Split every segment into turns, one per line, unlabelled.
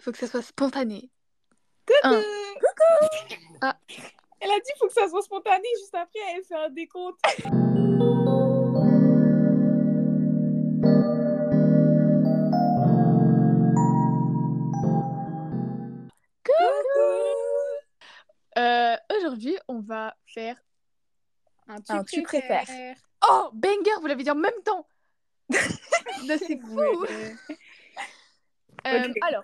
faut que ça soit spontané. Un.
Coucou
Ah.
Elle a dit faut que ça soit spontané, juste après elle fait un décompte.
Euh, Aujourd'hui, on va faire.
Un
Un tu préfères.
Oh, banger, vous l'avez dit en même temps Non, C'est fou Euh,
Ok.
Alors,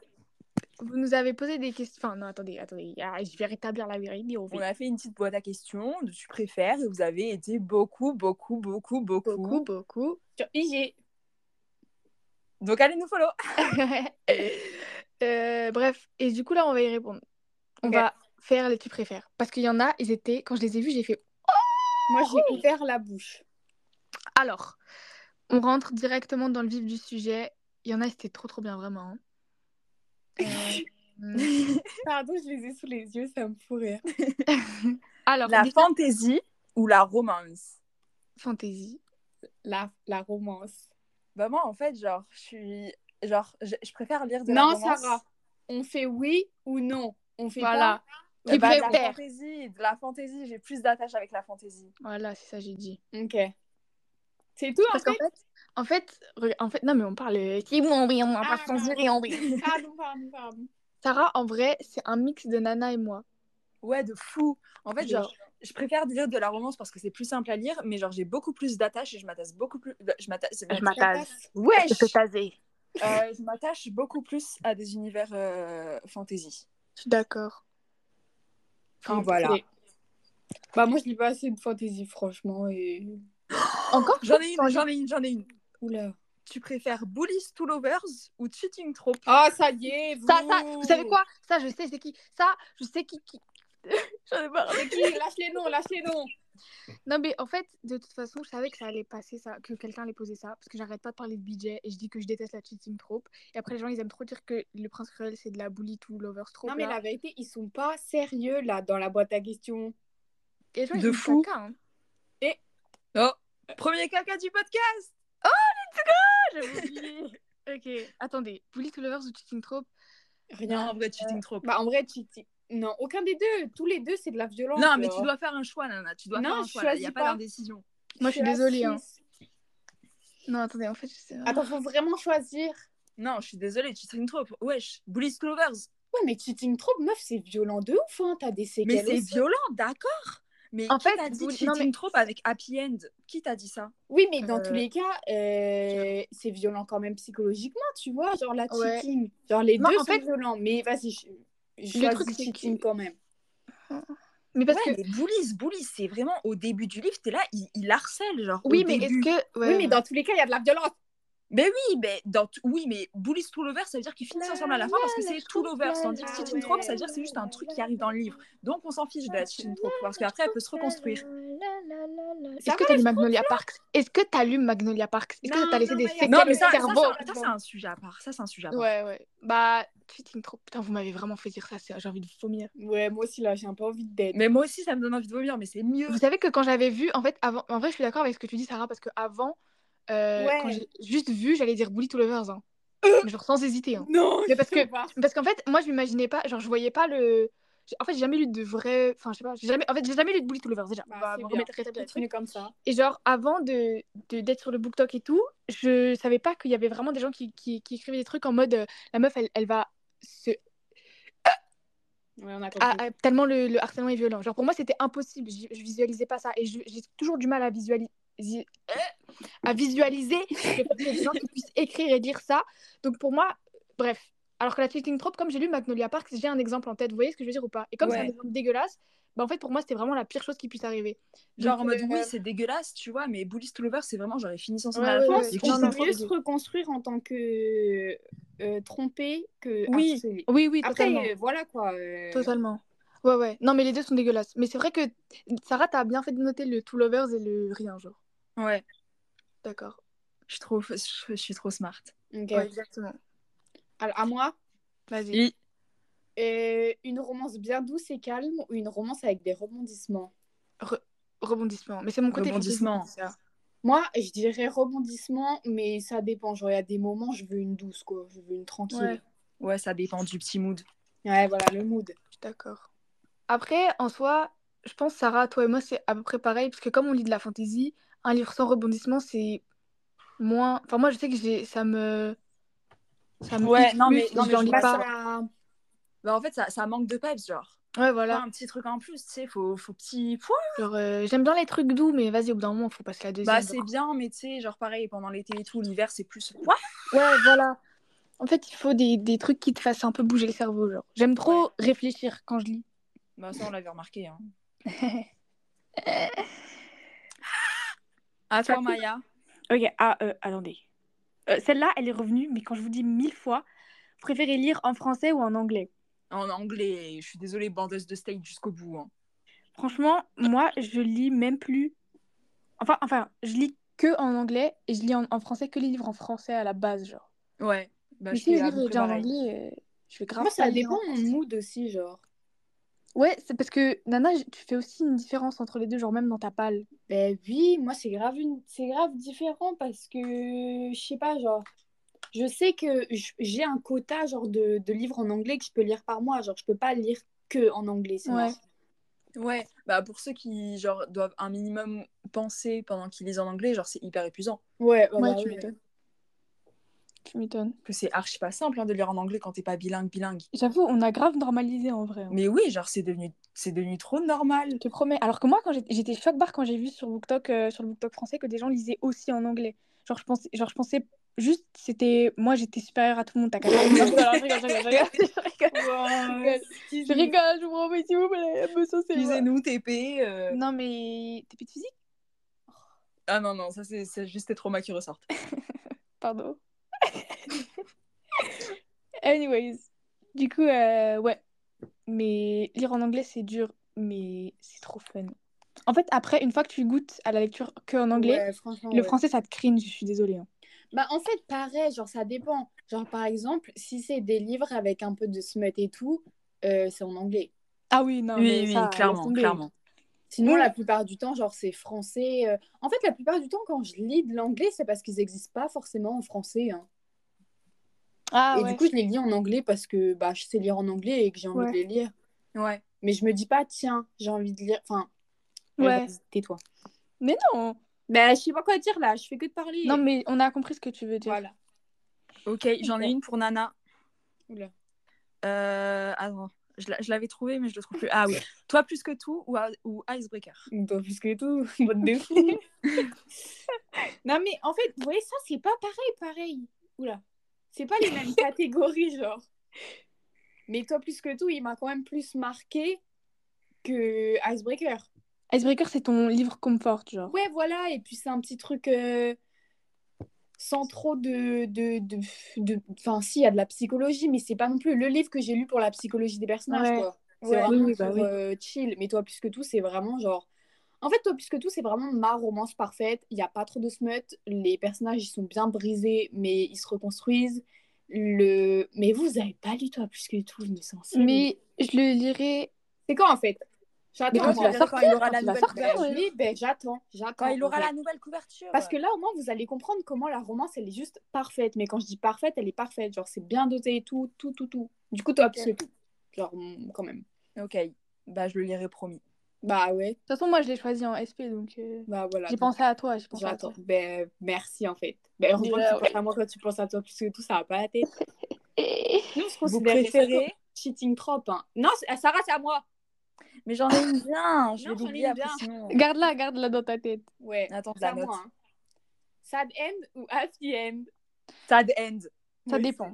vous nous avez posé des questions. Enfin, non, attendez, attendez. Ah, je vais rétablir la vérité. On
On
va
a fait une petite boîte à questions de tu préfères et vous avez été beaucoup, beaucoup, beaucoup, beaucoup.
beaucoup, beaucoup.
Sur IG.
Donc allez nous follow.
Euh, bref, et du coup, là, on va y répondre. On
Ok.
va faire les tu préfères. Parce qu'il y en a, ils étaient. Quand je les ai vus, j'ai fait.
Moi j'ai ouvert la bouche.
Alors, on rentre directement dans le vif du sujet. Il y en a, c'était trop, trop bien, vraiment. hein. Euh,
Pardon, je les ai sous les yeux, ça me fout rire.
Alors,
La
déjà,
fantaisie ou la romance
fantasy.
La, la romance.
Bah moi en fait genre je suis genre je, je préfère lire de la
Non,
romance.
Sarah, on fait oui ou non. On fait
Voilà.
Euh,
Tu
bah, de la
préfères.
fantaisie, de la fantaisie, j'ai plus d'attache avec la fantaisie.
Voilà, c'est ça que j'ai dit.
pas. Ok. C'est tout hein? en
Parce qu'en
fait.
fait, en fait, re- en fait, non, mais on parle. euh, C'est bon, oui, on va pas
Ah.
censurer, on oui.
Pardon, pardon, pardon.
Sarah, en vrai, c'est un mix de Nana et moi.
Ouais, de fou. En fait,
De
genre, je préfère lire de la romance parce que c'est plus simple à lire, mais genre, j'ai beaucoup plus d'attache et je m'attache beaucoup plus. bah, Je m'attache.
Je
Ah,
m'attache.
Ouais,
Je peux taser.
Euh, je m'attache beaucoup plus à des univers euh, fantasy.
Je suis d'accord.
Donc, voilà.
Ok. Bah moi je lis pas assez de fantasy franchement et
Encore
J'en ai une, j'en ai une, j'en ai une.
oula.
Tu préfères Bullies to Lovers ou Cheating Trop
Ah ça y est. Vous,
Ça, ça, vous savez quoi Ça, je sais c'est qui. Ça, je sais qui qui. J'en ai marre.
C'est qui Lâche les noms, lâche les noms.
Non, mais en fait, de toute façon, je savais que ça allait passer, ça, que quelqu'un allait poser ça, parce que j'arrête pas de parler de budget et je dis que je déteste la cheating trope. Et après, les gens, ils aiment trop dire que le prince cruel, c'est de la bully to lovers trope.
Non mais
là.
la vérité, ils sont pas sérieux là dans la boîte à questions.
Et les gens, ils
De
disent
fou.
caca, hein.
Oh Premier caca du podcast
Ah, j'avais oublié. ok, attendez. Bully to lovers ou cheating trope
Rien.
en vrai, Cheating Trop.
Bah en vrai, tu tu- non, aucun des deux. Tous les deux, c'est de la violence.
Non, mais tu
genre.
dois faire un choix, Nana. Tu dois
euh, Non,
faire un
je
choix. Il n'y
choisis
a pas
pas.
d'indécision.
Moi, je suis
la
désolée, hein.
six.
Non, attendez, en fait, je sais.
Attends, faut vraiment choisir.
Non, je suis désolée, Cheating Trop. Wesh, Bullies to Lovers.
Ouais, mais cheating trop, meuf, c'est violent de ouf. Hein. T'as des
Mais
séquelles.
c'est
aussi.
violent, d'accord mais
En
qui
fait,
t'a dit
vous- non,
cheating
mais-
trop avec happy end Qui t'a dit ça
Oui, mais dans
Euh,
tous les cas, euh, c'est violent quand même psychologiquement, tu vois. Genre la
Ouais.
cheating. Genre les
Non,
deux
en
sont
fait-
violents. Mais vas-y, je, je
Le
choisis
truc, c'est
cheating
que-
quand même.
Mais parce
Ouais,
que.
mais bullies, bullies, c'est vraiment au début du livre, t'es là, il, il harcèle, genre.
Oui,
au
mais est-ce
début.
que.
oui, mais dans tous les cas, il y a de la violence.
Mais oui, mais dans t- oui, mais bullies to lovers, ça veut dire qu'ils finissent ensemble à la fin parce que c'est tout lovers. Tandis que
Ah
cheating trop, ça veut
ouais.
dire que c'est juste un truc qui arrive dans le livre. Donc on s'en fiche de la cheating trop parce qu'après elle peut se reconstruire.
Est-ce que t'as lu Magnolia Parks Est-ce que t'as lu Magnolia Parks Est-ce que
Non,
t'as laissé
non,
des
mais y a-
séquelles
Non, mais
au
ça, ça,
cerveau
c'est un- ça, c'est un sujet à part. Ça c'est un sujet à part.
Ouais, ouais. Bah, cheating trop. Putain, vous m'avez vraiment fait dire ça, c'est- j'ai envie de vomir.
Ouais, moi aussi, là, j'ai un peu envie d'être.
Mais moi aussi, ça me donne envie de vomir, mais c'est mieux.
Vous savez que quand j'avais vu, en fait, avant. En vrai, je suis d'accord avec ce que tu dis, Sarah, parce que avant, euh,
Ouais.
quand j'ai juste vu, j'allais dire Bully to Lovers. Hein. Mais genre sans hésiter. Hein.
Non,
Mais parce
je peux
que-
pas.
Parce qu'en fait, moi, je m'imaginais pas, genre, je voyais pas le. j'ai- En fait, j'ai jamais lu de vrai. Enfin, je sais pas, j'ai jamais... en fait, j'ai jamais lu de Bully to Lovers déjà.
Bah,
On va
c'est
me
bien.
remettre- rétablir le truc.
Continue comme ça.
Et genre, avant de de- d'être sur le BookTok et tout, je savais pas qu'il y avait vraiment des gens qui, qui, qui écrivaient des trucs en mode euh, la meuf, elle, elle va se.
Ouais, on a compris.
ah, ah, tellement le, le harcèlement est violent. Genre, pour moi, c'était impossible. Je, je visualisais pas ça. Et je- j'ai toujours du mal à visualiser. à visualiser le fait qu'il y ait des gens qui puissent écrire et dire ça. Donc, pour moi, bref. Alors que la cheating trop, comme j'ai lu Magnolia Parks, j'ai un exemple en tête. Vous voyez ce que je veux dire ou pas Et comme c'est un
Ouais.
exemple dégueulasse, bah en fait, pour moi, c'était vraiment la pire chose qui puisse arriver.
Genre en
Donc,
mode
euh,
oui, c'est dégueulasse, tu vois, mais bullies to lovers, c'est vraiment genre ils finissent ensemble
Ouais,
à la
ouais,
fin.
ouais,
c'est
je
Je pense
cheating
non,
qu'il
trop.
faut mieux se reconstruire en tant que euh, trompé que
Oui.
harcelé.
Oui, oui, totalement.
Après, euh, voilà quoi. euh,
Totalement. Ouais, ouais. Non, mais les deux sont dégueulasses. Mais c'est vrai que Sarah, t'as bien fait de noter le Two Lovers et le Rien, genre.
Ouais,
D'accord.
je suis trop, je je suis trop smart.
ok.
Ouais, exactement.
Alors, à moi,
Vas-y.
Et
euh, une romance bien douce et calme ou une romance avec des rebondissements
Rebondissement. Mais c'est mon côté.
Rebondissement.
fantasy, ça.
Moi, je dirais rebondissements, mais ça dépend. Genre, il y a des moments, je veux une douce quoi. Je veux une tranquille.
Ouais.
Ouais, ça dépend du petit mood.
Ouais, voilà, le mood.
Je suis d'accord. Après, en soi, je pense, Sarah, toi et moi, c'est à peu près pareil, parce que comme on lit de la fantaisie, un livre sans rebondissement, c'est moins. Enfin, moi, je sais que j'ai- ça me. Ça me
Ouais,
pique
non,
plus
mais-
si
non, mais
j'en
je
lis
Bah,
pas.
ça-
Bah, en fait, ça, ça manque de peps, genre.
Ouais, voilà.
Pas un petit truc en plus, tu sais, faut, faut petit point.
Genre, euh, j'aime bien les trucs doux, mais vas-y, au bout d'un moment, faut passer à la deuxième.
Bah, c'est bien, mais tu sais, genre pareil, pendant l'été et tout, l'hiver, c'est plus. Ouah
Ouais, voilà. En fait, il faut des, des trucs qui te fassent un peu bouger le cerveau. Genre, j'aime trop réfléchir quand je lis.
Bah, ça, on l'avait remarqué. Hein. à toi, Maya.
Ok, ah, euh, attendez. Euh, Celle-là, elle est revenue, mais quand je vous dis mille fois, vous préférez lire en français ou en anglais
En anglais, je suis désolée, bandeuse de steak jusqu'au bout. hein.
Franchement, moi, je lis même plus. Enfin, enfin, je lis que en anglais et je lis en, en français que les livres en français à la base, genre.
Ouais. Bah,
mais
je
si
fais
le
à
livre
peu
est
près
bien en
pareil.
anglais, euh, je vais grave. hein.
Moi,
pas
ça
lire en
dépend hein. mon
français.
mood aussi, genre.
Ouais, c'est parce que Nana, j- tu fais aussi une différence entre les deux, genre même dans ta palle.
Ben oui, moi c'est grave une... c'est grave différent parce que je sais pas genre je sais que j- j'ai un quota genre de... de livres en anglais que je peux lire par mois, genre je peux pas lire que en anglais, c'est
Ouais.
mort.
Ouais. Bah, pour ceux qui genre, doivent un minimum penser pendant qu'ils lisent en anglais, genre, c'est hyper épuisant.
Ouais, bah,
Ouais,
bah,
tu
ouais.
m'étonnes. Tu m'étonnes.
Parce que c'est archi pas simple hein, de lire en anglais quand t'es pas bilingue, bilingue.
J'avoue, on a grave normalisé en vrai. hein.
Mais oui, genre, c'est devenu, c'est devenu trop normal.
Je te promets. Alors que moi, quand j'étais- j'étais choc barre quand j'ai vu sur BookTok, euh, sur le BookTok français, que des gens lisaient aussi en anglais. Genre, je pensais, genre, je pensais juste, c'était. Moi, j'étais supérieure à tout le monde. T'as qu'à faire. Non, je rigole, je rigole, je rigole, je rigole, je rigole. Je rigole, je vous promets, s'il vous plaît, me saucez.
Lisez-nous, TP. euh.
Non, mais t'es plus de physique,
Ah non, non, ça, c'est c'est juste tes traumas qui ressortent.
pardon. Anyways, du coup, euh, ouais. Mais lire en anglais, c'est dur, mais c'est trop fun. En fait, après, une fois que tu goûtes à la lecture que en anglais,
Ouais, franchement,
le
ouais.
français, ça te cringe, je suis désolée. hein.
Bah en fait pareil, genre ça dépend. Genre par exemple, si c'est des livres avec un peu de smut et tout, euh, c'est en anglais.
Ah oui, non, mais ça, laisse tomber.
Sinon
Ouais.
la plupart du temps, genre c'est français. euh. En fait, la plupart du temps quand je lis de l'anglais, c'est parce qu'ils existent pas forcément en français hein.
Ah,
et
ouais.
du coup, je les lis en anglais parce que bah, je sais lire en anglais et que j'ai envie
Ouais.
de les lire.
Ouais.
Mais je me dis pas, tiens, j'ai envie de lire. Enfin,
Ouais.
vas-y, tais-toi.
Mais non,
Bah, je sais pas quoi dire là, je fais que de parler.
non, mais on a compris ce que tu veux dire.
Voilà.
Ok, j'en ai une pour Nana.
Oula.
Euh, attends, je l'a- je l'avais trouvé, mais je le trouve plus. Ah oui. Toi plus que tout ou, a- ou Icebreaker
Bah, plus que tout, bande de fous. non, mais en fait, vous voyez, ça, c'est pas pareil, pareil. Oula. C'est pas les mêmes catégories, genre. Mais toi, plus que tout, il m'a quand même plus marqué que Icebreaker.
Icebreaker, c'est ton livre confort, genre.
Ouais, voilà, et puis c'est un petit truc euh, sans trop de. de, de, de- Enfin, si, il y a de la psychologie, mais c'est pas non plus le livre que j'ai lu pour la psychologie des personnages,
Ouais.
quoi. C'est
Ouais.
vraiment
Oui, oui, bah
pour,
oui.
euh, chill. Mais toi, plus que tout, c'est vraiment genre. En fait, toi, plus que tout, c'est vraiment ma romance parfaite. Il n'y a pas trop de smut. Les personnages, ils sont bien brisés, mais ils se reconstruisent. Le... Mais vous avez pas lu, toi, plus que tout, je me sens seule.
Mais je le lirai.
C'est quand, en
Mais
fait J'attends.
quand
en
tu
fait.
vas
quand il aura
quand
la
tu vas
nouvelle
sortir,
Ben,
couverture.
ouais.
je lis, ben, j'attends, j'attends.
Quand il aura
en fait.
la nouvelle couverture.
Parce que là, au moins, vous allez comprendre comment la romance, elle est juste parfaite. Mais quand je dis parfaite, elle est parfaite. Genre, c'est bien doté et tout, tout, tout, tout. Du coup, toi,
Ok.
absolument. Genre, mm, quand même.
Ok, bah je le lirai promis.
Bah ouais,
De toute façon, moi, je l'ai choisi en SP, donc euh,
bah voilà.
j'ai
Donc,
pensé à toi. J'ai pensé à
J'attends.
toi.
Ben, merci, en fait. Ben, heureusement
Déjà,
euh,
que tu penses à moi quand tu penses à toi, parce que tout, ça va pas la tête.
Et-
Nous, on se
Vous
considère
préférez
cheating trop, hein. Non, c'est- ah, Sarah, c'est à moi.
Mais j'en ai une bien. Je
Non,
vais
j'en ai
l'oublier
une
après
bien.
sinon.
Garde-la, garde-la dans ta tête.
Ouais,
Attends, je
c'est à
la note.
moi. hein. Sad end ou happy end
Sad end.
Ça
Oui,
dépend.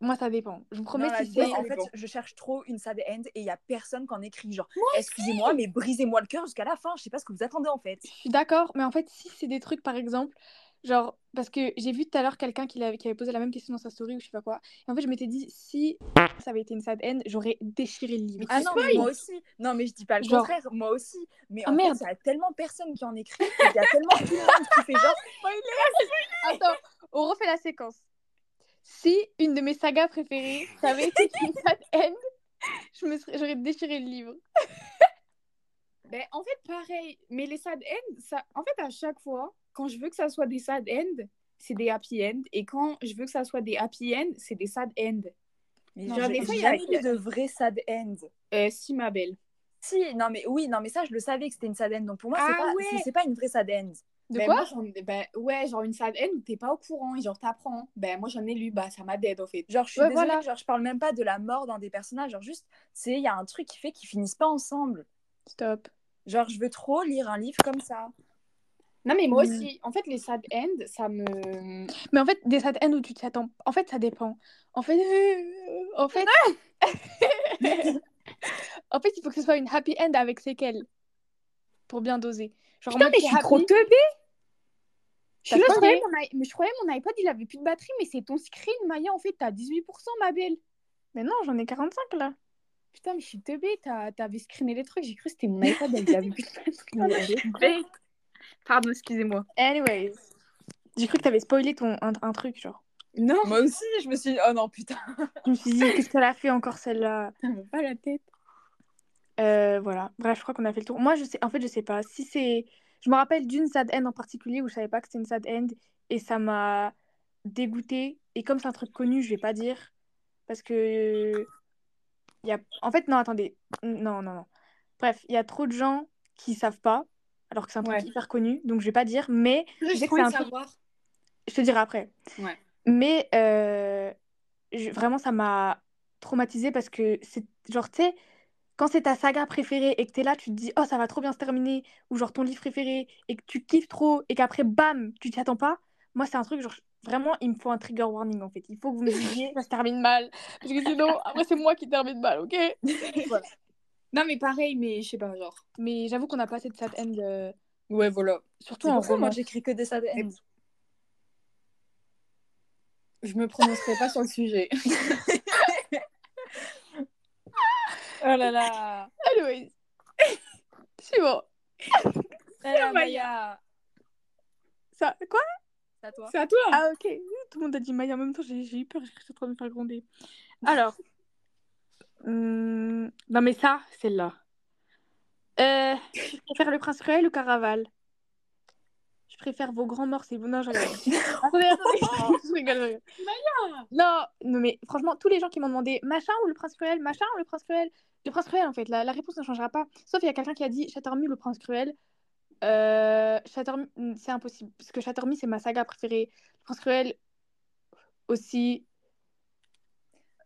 Moi, ça dépend. Je vous promets,
Non, la
si
deuxième,
c'est.
en fait, je cherche trop une sad end et il y a personne qui en écrit. Genre, excusez-moi, mais brisez-moi le cœur jusqu'à la fin. Je sais pas ce que vous attendez en fait.
Je suis d'accord, mais en fait, si c'est des trucs, par exemple, genre, parce que j'ai vu tout à l'heure quelqu'un qui, l'avait- qui avait posé la même question dans sa story ou je sais pas quoi. Et en fait, je m'étais dit, si ça avait été une sad end, j'aurais déchiré le livre.
Mais
Ah
Tu
non,
spoil.
mais moi aussi. Non, mais je dis pas le
Genre.
contraire, moi aussi. Mais
Ah,
en
merde.
fait, il y a tellement personne qui en écrit. Il y a tellement tout le monde qui fait genre.
Attends, on refait la séquence. Si une de mes sagas préférées, ça avait été une sad end, je me serais- j'aurais déchiré le livre.
Ben, en fait, pareil. Mais les sad ends, ça... en fait, à chaque fois, quand je veux que ça soit des sad ends, c'est des happy ends. Et quand je veux que ça soit des happy ends, c'est des sad ends.
Mais
Non,
je-
j'en
ai
j'ai
fait, il y
jamais
avait-
eu de vrai sad end.
Euh, si, ma belle.
Si, non mais oui, non mais ça je le savais que c'était une sad end. Donc pour moi c'est
Ah
pas
ouais.
c'est- c'est pas une vraie sad end.
De
Ben,
quoi
moi, j'en- ben, Ouais, genre une sad end où t'es pas au courant et genre t'apprends. Ben moi j'en ai lu, bah ça m'a dead en fait.
Genre je suis
Ouais,
désolée,
voilà.
genre je parle même pas de la mort dans des personnages, genre juste c'est il y a un truc qui fait qu'ils finissent pas ensemble.
Stop.
Genre je veux trop lire un livre comme ça.
Non mais moi
Mm.
aussi, en fait les sad ends, ça me...
Mais en fait, des sad ends où tu t'attends. En fait, ça dépend. En fait, en fait, en fait, il faut que ce soit une happy end avec séquelles pour bien doser. Genre, en mode, t'es happy.
teubée je,
T'as
là, je,
pas
croyais
aimé
mon i- mais je croyais mon iPod il avait plus de batterie, mais c'est ton screen, Maya, en fait, t'as 18%, ma belle.
Mais non, j'en ai 45 là.
Putain, mais je suis teubée, t'as- t'avais screené les trucs, j'ai cru que c'était mon iPod, il avait plus de batterie. Non, mais-
Pardon, excusez-moi. Anyways. J'ai cru que t'avais spoilé ton, un, un truc, genre.
Non,
Moi aussi je me suis dit, oh non putain.
Je me suis dit, qu'est-ce qu'elle a fait encore celle-là
ça me pas la tête.
Euh, Voilà. Bref, je crois qu'on a fait le tour. Moi, je sais, en fait, je sais pas. Si c'est. Je me rappelle d'une sad end en particulier où je savais pas que c'était une sad end et ça m'a dégoûtée. Et comme c'est un truc connu, je vais pas dire. Parce que. Il y a... En fait, non, attendez. Non, non, non. Bref, il y a trop de gens qui savent pas, alors que c'est un truc
Ouais.
hyper connu, donc je vais pas dire. Mais
Je
sais que
croyais
c'est un peu-
savoir.
Je te dirai après.
Ouais.
Mais euh, je- vraiment, ça m'a traumatisée parce que c'est genre, tu sais, quand c'est ta saga préférée et que t'es là, tu te dis, oh, ça va trop bien se terminer, ou genre ton livre préféré, et que tu kiffes trop, et qu'après, bam, tu t'y attends pas. Moi, c'est un truc, genre, vraiment, il me faut un trigger warning en fait. Il faut que vous me disiez, ça se termine mal. Parce que sinon, après, c'est moi qui termine mal, ok?
Non, mais pareil, mais je sais pas, genre.
Mais j'avoue qu'on n'a pas assez de sad end, euh,
Ouais, voilà.
surtout
C'est
en
pour ça moi
romance.
j'écris que des sad ends.
Je me prononcerai pas sur le sujet.
Oh là là! Anyways. Suivant. Eh,
Ah,
Maya.
Ça, quoi?
C'est à toi.
C'est à toi.
Ah ok, tout le monde a dit Maya en même temps, j'ai j'ai eu peur, j'ai cru que j'étais en train de me faire gronder. Alors, hum, non mais ça, celle-là. Euh, je préfère le prince cruel ou Caraval? Je préfère vos grands morts, c'est bon. Non, je rigole. Attendez, attendez, Ah, je rigole, je rigole. Non, non mais franchement, tous les gens qui m'ont demandé machin ou le prince cruel, machin ou le prince cruel, le prince cruel en fait, la, la réponse ne changera pas. Sauf il y a quelqu'un qui a dit Chattermie ou le prince cruel. Euh, Chattermie, c'est impossible, parce que Chattermie c'est ma saga préférée. Le prince cruel aussi.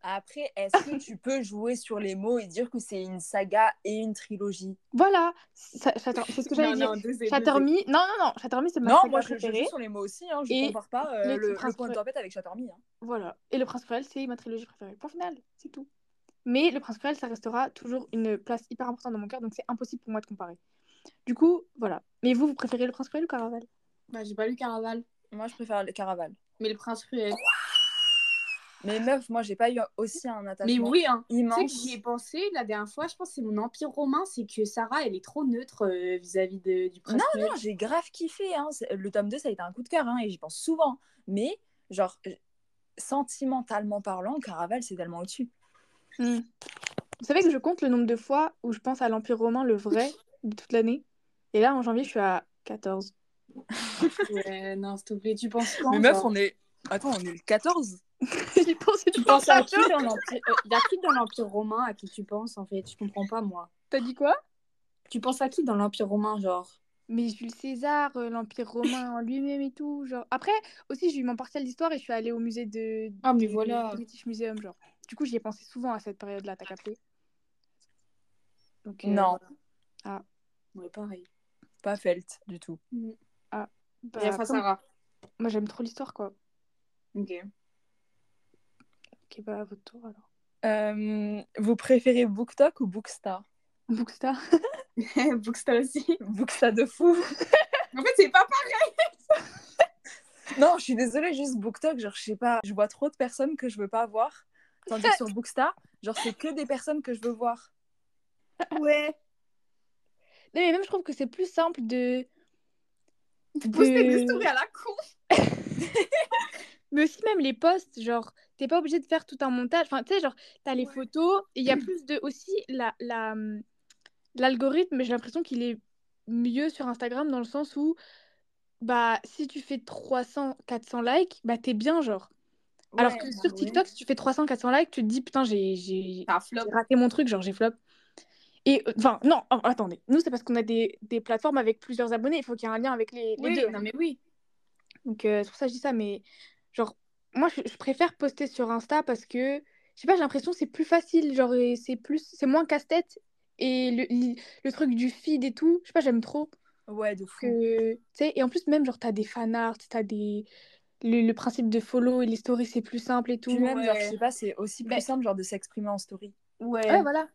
Après, est-ce que tu peux jouer sur les mots et dire que c'est une saga et une trilogie
Voilà, ça- Chatter- c'est ce que j'allais
Non,
dire.
non, désolé.
Chattermie, non, non, non, Chattermie c'est ma
Non,
saga
moi je, je
préférée.
joue sur les mots aussi, hein, je
Et
compare pas euh,
le
le,
prince
le point de
cruel.
tempête avec Chatormi. Hein.
Voilà. Et le Prince Cruel, c'est ma trilogie préférée. Point final, c'est tout. Mais le Prince Cruel, ça restera toujours une place hyper importante dans mon cœur, donc c'est impossible pour moi de comparer. Du coup, voilà. Mais vous, vous préférez le Prince Cruel ou Caraval
Bah, j'ai pas lu Caraval,
Moi je préfère le Caraval.
mais le prince cruel.
Mais meuf, moi j'ai pas eu aussi un
Mais
attachement
oui, hein. Tu sais que
immense.
j'y ai pensé la dernière fois, je pense que c'est mon empire romain, c'est que Sarah, elle est trop neutre euh, vis-à-vis de- du prince cruel.
Non, j'ai grave kiffé. hein. C'est- Le tome 2, ça a été un coup de cœur hein, et j'y pense souvent. Mais, genre, euh, sentimentalement parlant, Caraval, c'est tellement au-dessus.
Vous savez que je compte le nombre de fois où je pense à l'Empire romain, le vrai, de toute l'année. Et là, en janvier, je suis à 14.
Ouais, non, s'il te plaît, tu penses quand
Mais meuf, on est. Attends, on est le 14
J'y pense et
Tu
tu
penses à qui dans l'empire euh, y a qui dans l'empire romain à qui tu penses en fait Je comprends pas moi.
T'as dit quoi
Tu penses à qui dans l'empire romain genre
Mais Jules César, euh, l'Empire romain en lui-même et tout. Genre... Après, aussi, j'ai eu mon partiel d'histoire et je suis allée au musée de...
Ah, mais
du
voilà.
British Museum. Genre. Du coup, j'y ai pensé souvent à cette période-là, t'as capté Donc, euh,
Non,
Ouais, pareil.
pas Felt du tout.
bah,
J'ai face
comme-
Euh, Sarah.
Moi, j'aime trop l'histoire, quoi.
OK.
Ok, bah, à votre tour alors.
Euh, vous préférez BookTok ou Bookstar
Bookstar
Booksta aussi.
Booksta de fou
En fait, c'est pas
Non, je suis désolée, juste BookTok, genre, je sais pas, je vois trop de personnes que je veux pas voir. Tandis que sur Booksta, genre, c'est que des personnes que je veux voir.
Ouais.
Non, mais même, je trouve que c'est plus simple de. de-
Poster des stories à la con.
Mais aussi même les posts, genre, t'es pas obligé de faire tout un montage. Enfin, tu sais, genre, t'as les photos, et il y a plus de... Aussi, la, la, hum, l'algorithme, j'ai l'impression qu'il est mieux sur Instagram dans le sens où, bah, si tu fais 300, 400 likes, bah, t'es bien, genre. Alors que sur TikTok, si tu fais 300-400 likes, tu te dis putain, j'ai- j'ai
ça flop.
j'ai raté mon truc, genre j'ai flop. Et euh, enfin, non, oh, attendez, nous c'est parce qu'on a des, des plateformes avec plusieurs abonnés, il faut qu'il y ait un lien avec les, les
Oui,
deux.
non mais oui.
Donc euh, c'est pour ça que je dis ça, mais genre, moi je, je préfère poster sur Insta parce que, je sais pas, j'ai l'impression que c'est plus facile, genre et c'est plus, c'est moins casse-tête et le, li- le truc du feed et tout, je sais pas, j'aime trop.
Ouais, de fou.
que- tu sais, et en plus, même genre, t'as des fanarts, t'as des. Le, le principe de follow et les stories, c'est plus simple et tout.
Puis même,
ouais.
genre, je sais pas, c'est aussi plus
Mais-
simple genre de s'exprimer en story.
Ouais.
Ouais, voilà.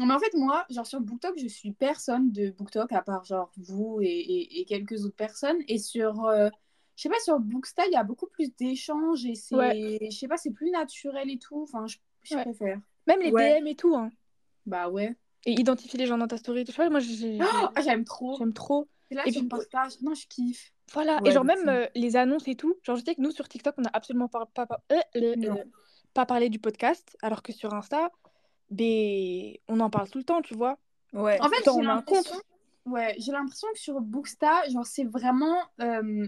Non, mais en fait, moi, genre sur BookTok, je suis personne de BookTok à part genre vous et, et- et quelques autres personnes. Et sur, euh, je sais pas, sur Booksta, il y a beaucoup plus d'échanges et c'est, je sais pas, c'est plus naturel et tout. Enfin, je, je
Ouais.
préfère.
Même les
Ouais.
DM et tout. hein.
Bah ouais.
Et identifier les gens dans ta story. Je sais pas, moi, j'ai-
Ah, j'aime trop.
j'aime trop.
Et là,
Et
je
puis-
partage. Non, je kiffe.
Voilà.
Ouais,
et genre,
de
même
fou.
euh, les annonces et tout. Genre, je sais que nous, sur TikTok, on n'a absolument pas, pas, pas- euh, le-
Non.
le- pas parlé du podcast, alors que sur Insta, ben, on en parle tout le temps, tu vois.
Ouais.
En fait,
Putain,
j'ai
on a un
l'impression. Ouais, j'ai l'impression que sur Booksta, genre, c'est vraiment euh,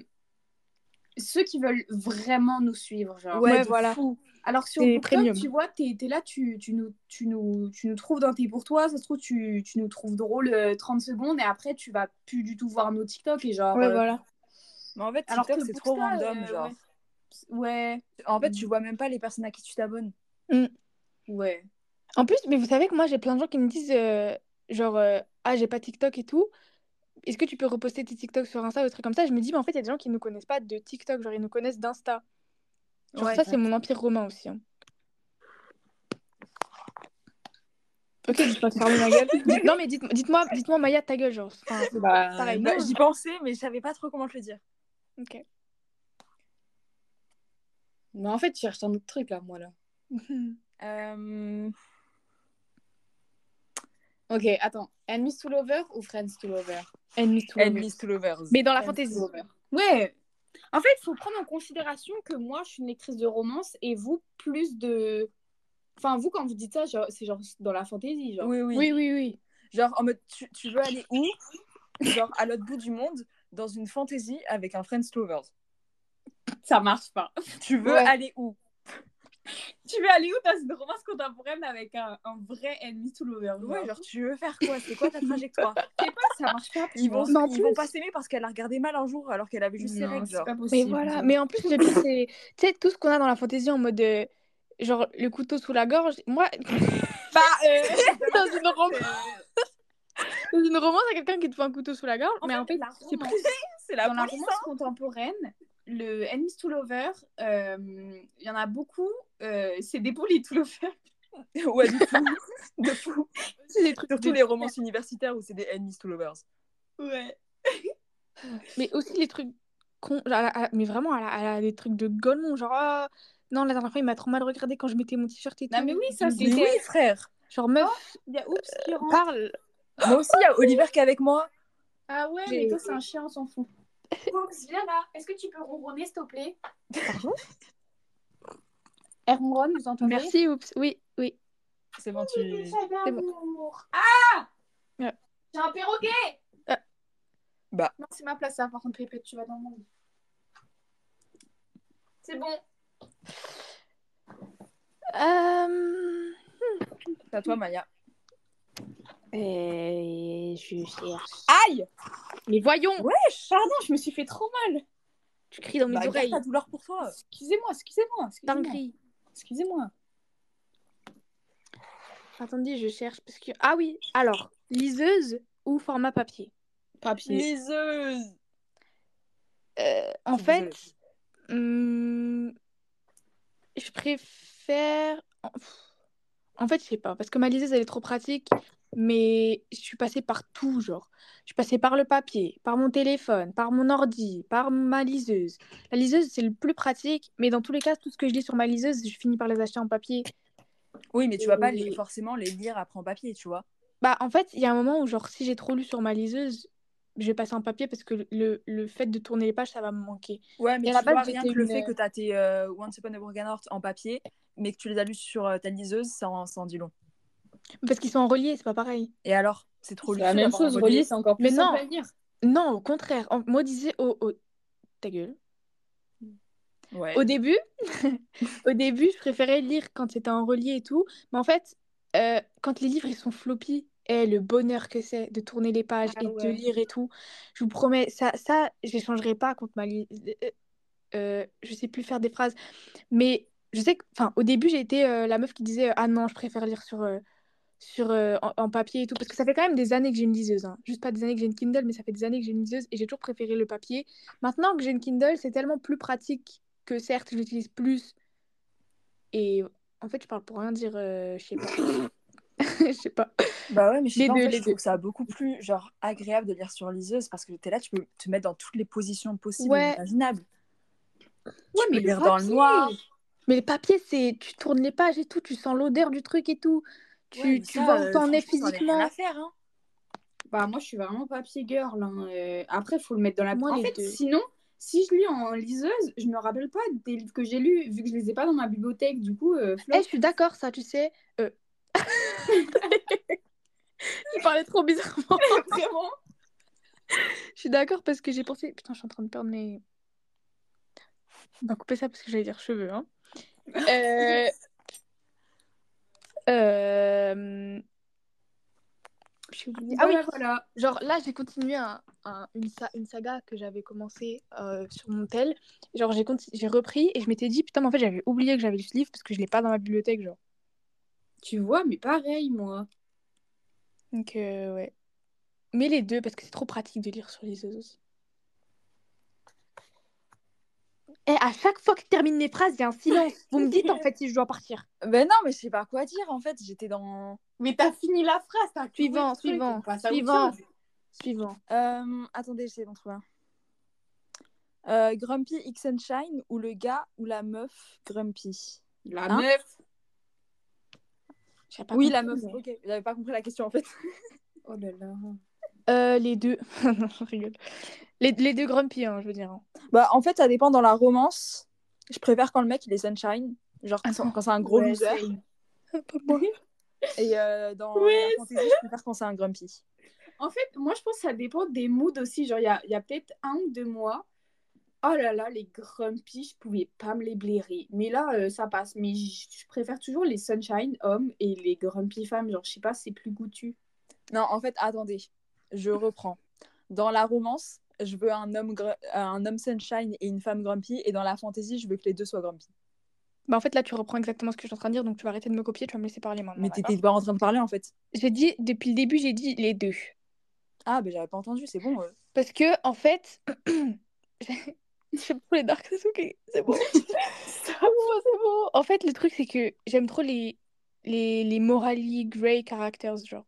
ceux qui veulent vraiment nous suivre, genre.
Ouais,
de
voilà.
fou.
Alors que sur
C'est
BookTok,
premium.
tu vois, t'es es là, tu, tu, nous, tu, nous, tu nous trouves dans tes pour toi, ça se trouve, tu, tu nous trouves drôle euh, 30 secondes et après, tu vas plus du tout voir nos TikTok et genre...
Ouais,
euh,
voilà.
Mais en fait,
Alors
TikTok,
que
c'est trop
Booksta,
random,
euh,
genre.
Ouais,
En fait, tu vois même pas les personnes à qui tu t'abonnes.
ouais.
En plus, mais vous savez que moi, j'ai plein de gens qui me disent, euh, genre, euh, ah, j'ai pas TikTok et tout. Est-ce que tu peux reposter tes TikTok sur Insta ou des trucs comme ça? Je me dis, mais en fait, il y a des gens qui nous connaissent pas de TikTok, genre, ils nous connaissent d'Insta. Genre,
Ouais.
ça, c'est mon empire romain aussi. hein. Ok, je peux fermer ma gueule. Non, mais dites- dites-moi, dites-moi, Maya, ta gueule, genre. Enfin, c'est- pareil.
bah, J'y pensais, mais je savais pas trop comment te le dire.
Ok.
Mais en fait, tu cherches un autre truc, là, moi, là.
Euh,
Ok, attends. Enemies to lover ou friends to lover
Enemies to lovers.
Enemies to lovers.
Mais dans la
Friends
fantaisie.
to lover. Ouais. En fait, il faut prendre en considération que moi, je suis une lectrice de romance et vous, plus de... Enfin, vous, quand vous dites ça, genre, c'est genre dans la fantaisie, genre.
Oui, oui.
Oui, oui, oui.
Genre, en mode, tu, tu veux aller où Genre, à l'autre bout du monde, dans une fantasy avec un Friends to lovers.
Ça marche pas.
Tu veux
Ouais.
aller où
Tu veux aller où dans une romance contemporaine avec un, un vrai ennemi tout l'over
Ouais, genre, tu veux faire quoi C'est quoi ta trajectoire
ça marche pas. hein,
Ils vont,
Mais en
ils vont
plus-
pas s'aimer parce qu'elle a regardé mal un jour alors qu'elle avait juste ses règles. Genre.
Mais voilà, mais en plus, le pire, c'est tu sais, tout ce qu'on a dans la fantaisie en mode euh, genre le couteau sous la gorge. Moi,
Bah, euh,
dans une romance, dans une romance, il y a quelqu'un qui te fait un couteau sous la gorge, mais en fait,
la
c'est
romance-
C'est la
dans la
police.
romance contemporaine, le Enemies to Lover, euh, il y en a beaucoup, euh, c'est des bullies to Lover.
hein. Ouais, du fou. de fou.
c'est des trucs.
Surtout
de-
les romances universitaires où c'est des enemies to lovers.
Ouais.
Mais aussi les trucs con... genre, à la- à la- mais vraiment, à la- à la- les trucs de golemon, genre ah, non, la dernière fois, il m'a trop mal regardé quand je mettais mon t-shirt et tout.
Non, mais oui, ça,
Mais
c'est.
oui, frère.
Genre meuf,
Il y a Oups
Ah.
qui rentre.
parle.
Moi aussi, il y a Oliver qui est avec moi.
Ah ouais,
J'ai-
mais toi, c'est un chien, on s'en fout. Oups, viens là. Est-ce que tu peux ronronner, s'il te plaît Elle ronronne, vous entendez
Merci, oups. Oui, oui.
C'est bon, tu.
J'avais
C'est
un
bon.
amour. Ah
Ouais.
J'ai un perroquet
Ah.
Bah.
Non, c'est ma place, ça, par contre, Pépé, tu vas dans mon lit. C'est bon.
Euh...
C'est à toi, Maya.
je cherche.
Aïe
Mais voyons,
Pardon, je me suis fait trop mal.
tu cries dans mes
Bah, garde
oreilles.
ta douleur pour
Oh.
toi.
Excusez-moi, excusez-moi. Excusez-moi.
Dinguerie.
excusez-moi.
Attendez, je cherche parce que ah oui, alors liseuse ou format papier.
Papier.
Liseuse
Euh, en
Je suis
fait,
désolée.
hum, je préfère. en- pff, En fait, je sais pas parce que ma liseuse elle est trop pratique, mais je suis passée par tout genre. Je suis passée par le papier, par mon téléphone, par mon ordi, par ma liseuse. La liseuse c'est le plus pratique, mais dans tous les cas, tout ce que je lis sur ma liseuse, je finis par les acheter en papier.
Oui, mais tu vas pas les-
Et-
forcément les lire après en papier, tu vois.
Bah, en fait, il y a un moment où, genre, si j'ai trop lu sur ma liseuse, je vais passer en papier parce que le, le fait de tourner les pages, ça va me manquer.
Ouais,
Et
mais
à
tu
la
vois,
base,
rien que
j'étais
le
une-
fait que t'as tes euh, Once Upon a Broken Heart en papier, mais que tu les as lus sur euh, ta liseuse, ça en, ça en dit long.
Parce qu'ils sont en reliés, c'est pas pareil.
Et alors, c'est trop luxueux.
la même
d'avoir
chose,
un
relié, c'est encore plus
Mais non.
simple à lire.
Non, au contraire. En- Moi, disais, oh, oh, ta gueule.
Ouais.
Au début, au début, je préférais lire quand c'était en relié et tout. Mais en fait, euh, quand les livres ils sont floppy, et le bonheur que c'est de tourner les pages
Ah
et de
ouais.
lire et tout, je vous promets, ça, ça, je l'échangerai pas contre ma li- euh, euh, je sais plus faire des phrases, mais je sais que, enfin, au début, j'ai été euh, la meuf qui disait euh, ah non, je préfère lire sur euh, sur euh, en, en papier et tout, parce que ça fait quand même des années que j'ai une liseuse, hein. juste pas des années que j'ai une Kindle, mais ça fait des années que j'ai une liseuse et j'ai toujours préféré le papier. Maintenant que j'ai une Kindle, c'est tellement plus pratique que certes, je l'utilise plus et en fait, je parle pour rien dire, euh, je sais pas. Je sais pas.
Bah ouais, mais je, sais
Les
pas, en
deux,
fait,
les
je trouve ça beaucoup plus genre agréable de lire sur liseuse parce que t'es là, tu peux te mettre dans toutes les positions possibles et
Ouais.
imaginables.
Ouais,
peux lire dans le noir.
Mais le papier, c'est tu tournes les pages et tout, tu sens l'odeur du truc et tout. Tu,
Ouais, mais
tu
ça,
vois
euh,
où t'en es
franchement, t'en as rien
physiquement.
à faire, hein.
Bah, moi, je suis vraiment papier girl. hein. Euh, après, faut le mettre dans la.
Moi,
en
les
fait,
deux.
sinon, si je lis en liseuse, je me rappelle pas des livres que j'ai lus, vu que je les ai pas dans ma bibliothèque. Du coup, euh, Flo,
Eh, je suis d'accord, ça, tu sais. euh. Il parlait trop bizarrement.
vraiment.
Je suis d'accord parce que j'ai pensé. Putain, je suis en train de perdre mes. On va couper ça parce que j'allais dire cheveux. Hein. Euh, euh, j'ai oublié. Ah oui,
Voilà, voilà.
Genre là, j'ai continué un- un- une, sa- une saga que j'avais commencé euh, sur mon tel. Genre j'ai conti- j'ai repris et je m'étais dit putain, mais en fait j'avais oublié que j'avais lu ce livre parce que je l'ai pas dans ma bibliothèque genre.
Tu vois, mais pareil, moi.
Donc euh, ouais. Mais les deux parce que c'est trop pratique de lire sur les aussi. Et Eh, à chaque fois que je termine mes phrases, il y a un silence. Vous me dites en fait si je dois partir.
Ben non, mais je sais pas quoi dire en fait. J'étais dans.
Mais t'as fini la phrase, t'as trouvé
Suivant,
le truc,
suivant,
on passe à autre
suivant.
chose.
Suivant.
Euh, attendez, j'essaie d'en trouver un. Euh, Grumpy X and Shine ou le gars ou la meuf Grumpy
La
Hein
meuf.
J'avais pas
Oui,
compris,
la meuf.
mais-
Ok, j'avais pas compris la question en fait.
Oh là là.
Euh, les deux. non, je rigole. Les, les deux grumpy, hein, je veux dire. hein.
Bah en fait, ça dépend dans la romance. Je préfère quand le mec il est sunshine, genre quand
Attends.
quand c'est un gros
Ouais,
loser.
c'est-
Pas moi.
Et euh, dans
Ouais,
la fantasy, je préfère quand c'est un grumpy.
En fait, moi, je pense que ça dépend des moods aussi. Genre, il y a, il y a peut-être un ou deux mois. Oh là là, les grumpy, je pouvais pas me les blairer. Mais là, euh, ça passe. Mais j- je préfère toujours les sunshine hommes et les grumpy femmes. Genre, je sais pas, c'est plus goûtu.
Non, en fait, attendez, je reprends. Dans la romance, je veux un homme, gru- euh, un homme sunshine et une femme grumpy, et dans la fantasy, je veux que les deux soient grumpy.
Bah en fait là tu reprends exactement ce que je suis en train de dire donc tu vas arrêter de me copier, tu vas me laisser parler maintenant.
Mais
Ah, bah, d'accord
t'étais pas en train de parler en fait.
J'ai dit depuis le début j'ai dit les deux
Ah, ben j'avais pas entendu, c'est bon. euh.
parce que en fait j'aime trop les dark Sasuke c'est bon c'est bon c'est bon en fait le truc c'est que j'aime trop les les les morally gray characters genre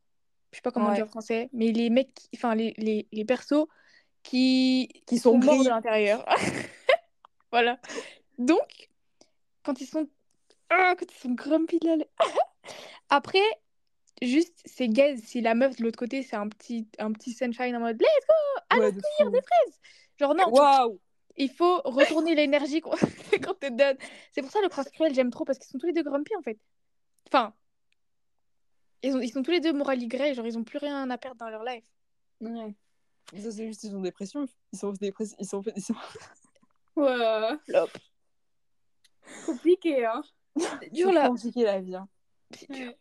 je sais pas comment
Ouais.
dire en français mais les mecs qui- enfin les, les, les persos qui
Qui sont
morts
gris.
de l'intérieur voilà donc quand ils sont ah, quand ils sont grumpy là les- après juste c'est gaze si la meuf de l'autre côté c'est un petit un petit sunshine en mode let's go allons
Ouais, de fou.
genre non
Waouh!
il faut retourner l'énergie qu'on qu'on te donne c'est pour ça le prince cruel j'aime trop parce qu'ils sont tous les deux grumpy en fait enfin ils, ont- ils sont tous les deux moral gray genre ils ont plus rien à perdre dans leur life
Ouais.
Ça, c'est juste, ils sont dépression. Ils sont dépressifs. Ils sont. Ils sont...
Ouais.
Flop.
Compliqué, hein.
C'est
dur, là.
compliqué la vie. hein.
C'est dur.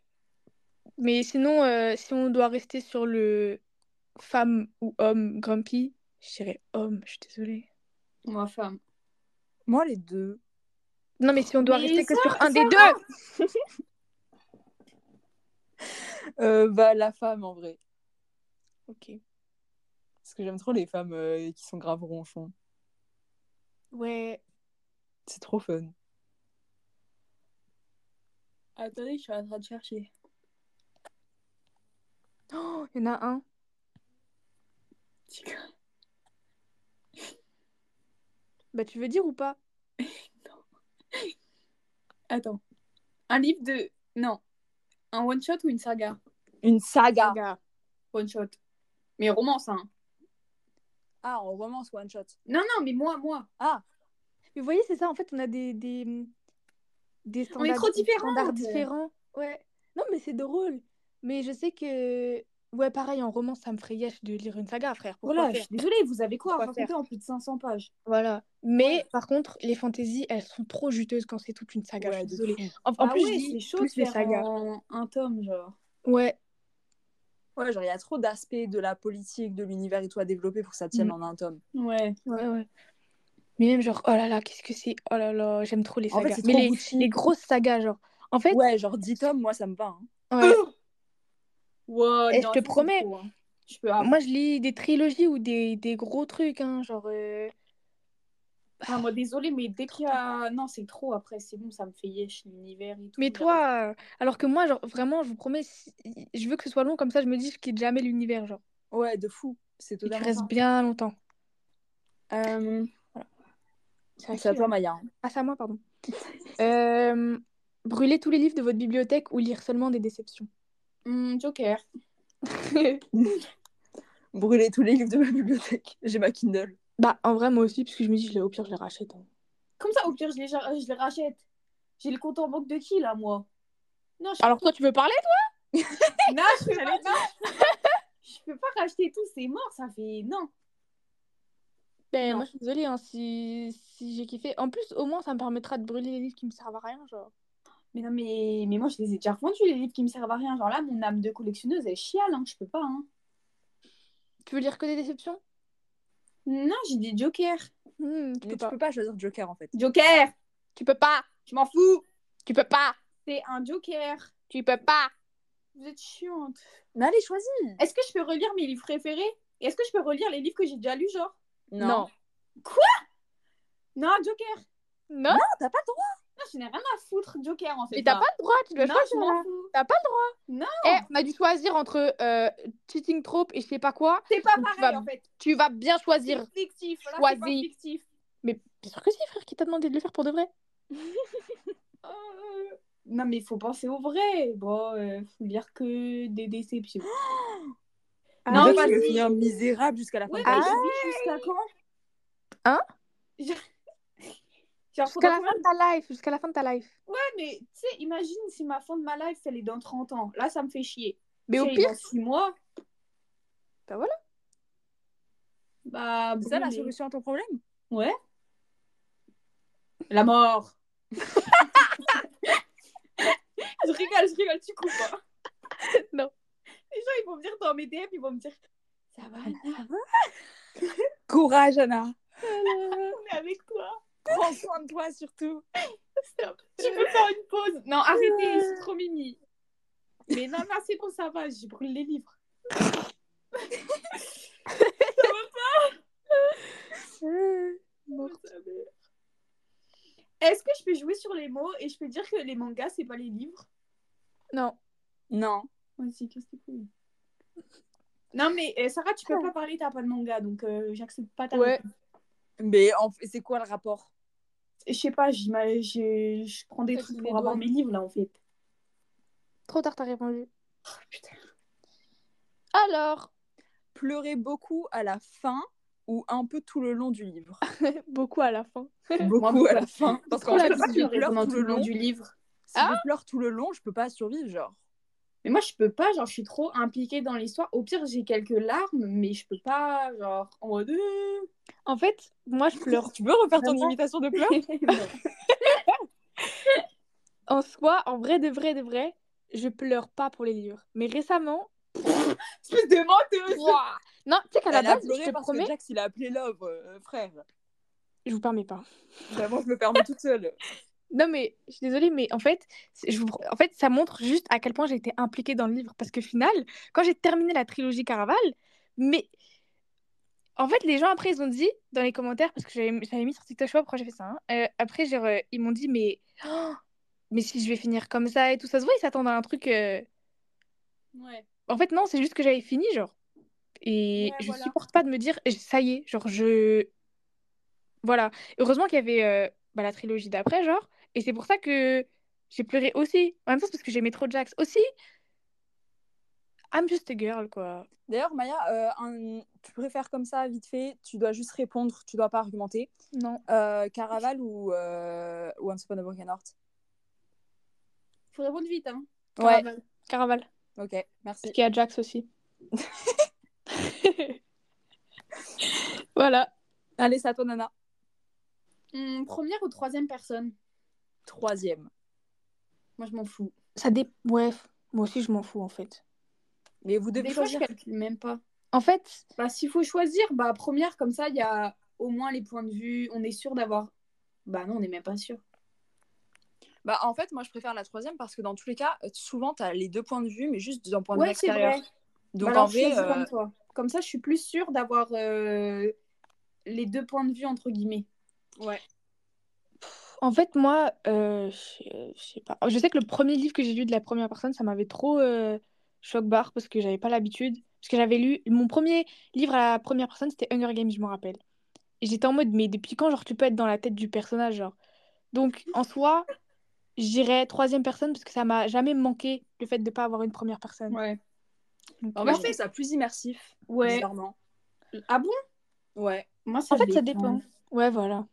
mais sinon euh, si on doit rester sur le femme ou homme grumpy je dirais homme je suis désolée
Moi, femme.
Moi, les deux.
non mais si on doit
Mais
rester que
ça-
sur un
ça
des
va.
deux
Euh, bah, la femme en vrai.
ok
Parce que j'aime trop les femmes euh, qui sont graves ronchons.
ouais
C'est trop fun.
Attendez, je suis en train de chercher.
Oh, il y en a un bah tu veux dire ou pas
Attends. Un livre de. Non. Un one-shot ou une saga
Une saga.
Saga.
One-shot. Mais romance, hein.
Ah, en romance one shot.
Non, non, mais moi, moi.
Mais vous voyez, c'est ça, en fait, on a des, des, des
On est trop
des standards
différentes.
différents. Ouais. Non, mais c'est drôle. Mais je sais que Ouais, pareil, en roman, ça me ferait yesh de lire une saga, frère. Pourquoi
Voilà, je
faire
suis désolée, vous avez quoi à
Pourquoi
raconter en plus de 500 pages
Voilà. Mais par contre, les fantaisies, elles sont trop juteuses quand c'est toute une saga. je suis désolée. En, en
Ah
plus,
ouais,
je
c'est
dis
chaud de
plus les
faire
sagas.
un, un tome, genre.
Ouais,
Ouais, genre, il y a trop d'aspects de la politique, de l'univers et tout à développer pour que ça tienne
Mm.
en un tome.
Ouais.
ouais, ouais. Mais même genre, oh là là, qu'est-ce que c'est Oh là là, j'aime trop les
En
sagas.
fait, c'est
Mais
trop
les,
Gucci.
les grosses sagas, genre. En fait, euh,
Ouais, genre 10 tomes, moi, ça me va. hein.
ouais,
Wow,
Et je
non,
te
ça, c'est
promets.
trop, hein. Je peux avoir
moi, je lis des trilogies ou des, des gros trucs, hein, genre... euh,
Ah, moi, désolée, mais dès qu'il y a. Non, c'est trop après, c'est bon, ça me fait yesh l'univers et tout.
Mais
genre.
toi, euh, alors que moi, genre, vraiment, je vous promets, si- je veux que ce soit long, comme ça, je me dis, je quitte jamais l'univers, genre.
Ouais, de fou. C'est
Et tu
totalement
restes bien longtemps.
Euh,
ça. C'est à toi, Maya. hein.
Ah, c'est à moi, pardon. Euh, brûler tous les livres de votre bibliothèque ou lire seulement des déceptions.
hmm, Joker.
Brûler tous les livres de ma bibliothèque. J'ai ma Kindle.
Bah, en vrai, moi aussi, parce que je me dis, je les- au pire, je les rachète. hein.
Comme ça, au pire, je les, je les rachète. J'ai le compte en banque de qui, là, moi Non, je
Alors, toi, tu veux parler?
Non, je peux pas. non. je peux pas racheter tout, c'est mort, ça fait. Non.
Ben,
Non.
moi, je suis désolée, hein, si, si j'ai kiffé. En plus, au moins, ça me permettra de brûler les livres qui me servent à rien, genre.
Mais non, mais, mais moi, je les ai déjà revendus, les livres qui me servent à rien. Genre là, mon âme de collectionneuse, elle chiale, hein, je peux pas. Hein.
Tu veux lire que des déceptions?
Non, j'ai dit Joker.
Hmm, tu
Mais
peux
tu
pas.
peux pas choisir Joker, en fait.
Joker
Tu peux pas.
Je m'en fous
Tu peux pas.
C'est un Joker
Tu peux pas.
Vous êtes chiante.
Mais allez, choisis.
Est-ce que je peux relire mes livres préférés Et est-ce que je peux relire les livres que j'ai déjà lus, genre
Non.
Non.
Non, Joker
Non,
t'as pas le droit.
Non, je n'ai rien à foutre, Joker, en fait.
mais t'as pas le droit, tu dois
Non, je
choisir. hein.
m'en fous.
T'as pas le droit.
Non,
Eh, on a dû choisir entre euh, cheating trope et je sais pas quoi.
c'est pas
tu
pareil,
vas
en fait.
Tu vas bien choisir.
C'est fictif. Là, c'est pas
Choisis.
fictif.
Mais bien sûr que si, frère, qui t'a demandé de le faire pour de vrai.
Euh, Non, mais il faut penser au vrai. Bon, euh, faut lire que des déceptions.
Ah,
Non,
Non,
tu
vas-y.
vas finir misérable jusqu'à la fin.
Ouais,
de ta
mais
vie.
je vis jusqu'à quand
Hein
Genre, Genre,
Jusqu'à la
faudrait-
fin de ta life. Jusqu'à la fin de ta life.
Ouais, mais tu sais, imagine si ma fin de ma life, elle est dans 30 ans. Là, ça me fait chier.
Mais au
Si elle est
pire,
Dans 6 mois.
Bah voilà.
Bah,
C'est ça la
brûler.
solution à ton problème
Ouais. La mort. je rigole, je rigole, tu coupes. hein.
Non.
Les gens, ils vont me dire dans mes DM, ils vont me dire Ça va, Anna,
Courage, Anna.
on est avec toi.
Prends soin de toi, surtout.
Stop. Tu peux faire une pause Non, arrêtez, je suis trop mimi. Mais non, non, c'est bon, ça va, j'ai brûlé les livres. Est-ce que je peux jouer sur les mots et je peux dire que les mangas, c'est pas les livres
non.
Non.
Ouais, si, qu'est-ce que c'est cool. Non, mais euh, Sarah,
Ah.
tu peux pas parler, t'as pas de manga, donc euh, j'accepte pas ta
Ouais.
réponse.
Mais en fait, c'est quoi le rapport
Je sais pas, j'ima- je je prends des
Ça,
trucs
c'est
pour
des
avoir
doigts.
mes livres, là, en fait.
Trop tard, t'as répondu.
putain.
Alors,
Pleurer beaucoup à la fin ou un peu tout le long du livre
beaucoup à la fin.
Beaucoup à la fin. Parce qu'en
Trop la
fait, si
vision,
je pleure
pendant
tout le long,
du livre.
si je pleure tout le long, je peux pas survivre, genre.
Mais moi, je peux pas, genre, je suis trop impliquée dans l'histoire. Au pire, j'ai quelques larmes, mais je peux pas, genre, en mode. euh,
En fait, moi, je pleure.
Tu peux refaire ton
Vraiment
imitation de pleurs
En soi, en vrai, de vrai, de vrai, je pleure pas pour les livres. Mais récemment,
Espèce de menteuse
Ouah. non, tu sais qu'à la
Elle a
base, je
pleuré
te
parce
promets,
que Jax, il a appelé Love, euh, frère.
je vous permets pas.
Vraiment, je me permets toute seule.
Non, mais je suis désolée, mais en fait, c'est- je vous- en fait, ça montre juste à quel point j'ai été impliquée dans le livre. Parce que final, quand j'ai terminé la trilogie Caraval, mais en fait, les gens après, ils ont dit dans les commentaires, parce que j'avais j'avais mis sur TikTok, je sais pas pourquoi j'ai fait ça. hein, euh, après, genre, euh, ils m'ont dit, mais... oh, mais si je vais finir comme ça et tout, ça se voit, ils s'attendent à un truc. euh,
Ouais.
En fait, non, c'est juste que j'avais fini, genre. Et
Ouais,
je
voilà.
supporte pas de me dire, ça y est, genre, je. Voilà. Heureusement qu'il y avait euh, bah, la trilogie d'après, genre. Et c'est pour ça que j'ai pleuré aussi. En même temps, c'est parce que j'aimais trop Jax aussi. I'm just a girl, quoi.
D'ailleurs, Maya, euh, un- tu préfères comme ça, vite fait, tu dois juste répondre, tu dois pas argumenter.
Non.
Euh, Caraval ou, euh, ou Once Upon a Broken Heart
Faut répondre vite, hein.
Ouais,
Caraval.
ok, merci.
Parce qu'il y a Jax aussi. Voilà.
Allez, c'est à toi, Nana.
Hum, première ou troisième personne
Troisième.
Moi, je m'en fous.
Ça dé... Bref, moi aussi, je m'en fous, en fait.
Mais vous devez
Des fois, je
choisir.
calcule même pas.
En fait,
Bah, s'il faut choisir, bah, première, comme ça, il y a au moins les points de vue. On est sûr d'avoir. Bah, non, on n'est même pas sûr.
Bah, en fait, moi, je préfère la troisième parce que dans tous les cas, euh, souvent, t'as les deux points de vue, mais juste d'un point de vue
Ouais, c'est
extérieur.
vrai.
Donc,
Bah, alors,
en vrai,
choisis
euh,
comme toi. Comme ça, je suis plus sûre d'avoir euh, les deux points de vue, entre guillemets.
en fait moi, euh, je je sais pas. Je sais que le premier livre que j'ai lu de la première personne, ça m'avait trop euh, choc barre parce que j'avais pas l'habitude. Parce que j'avais lu mon premier livre à la première personne, c'était Hunger Games, je m'en rappelle. Et j'étais en mode, mais depuis quand, genre, tu peux être dans la tête du personnage, genre. Donc, en soi, j'irais troisième personne parce que ça m'a jamais manqué le fait de pas avoir une première personne.
Ouais.
Donc,
en vrai,
euh,
je trouve ça plus immersif,
Ouais.
bizarrement.
Ah bon
Ouais.
Moi,
en fait, ça dépend. Ouais, voilà.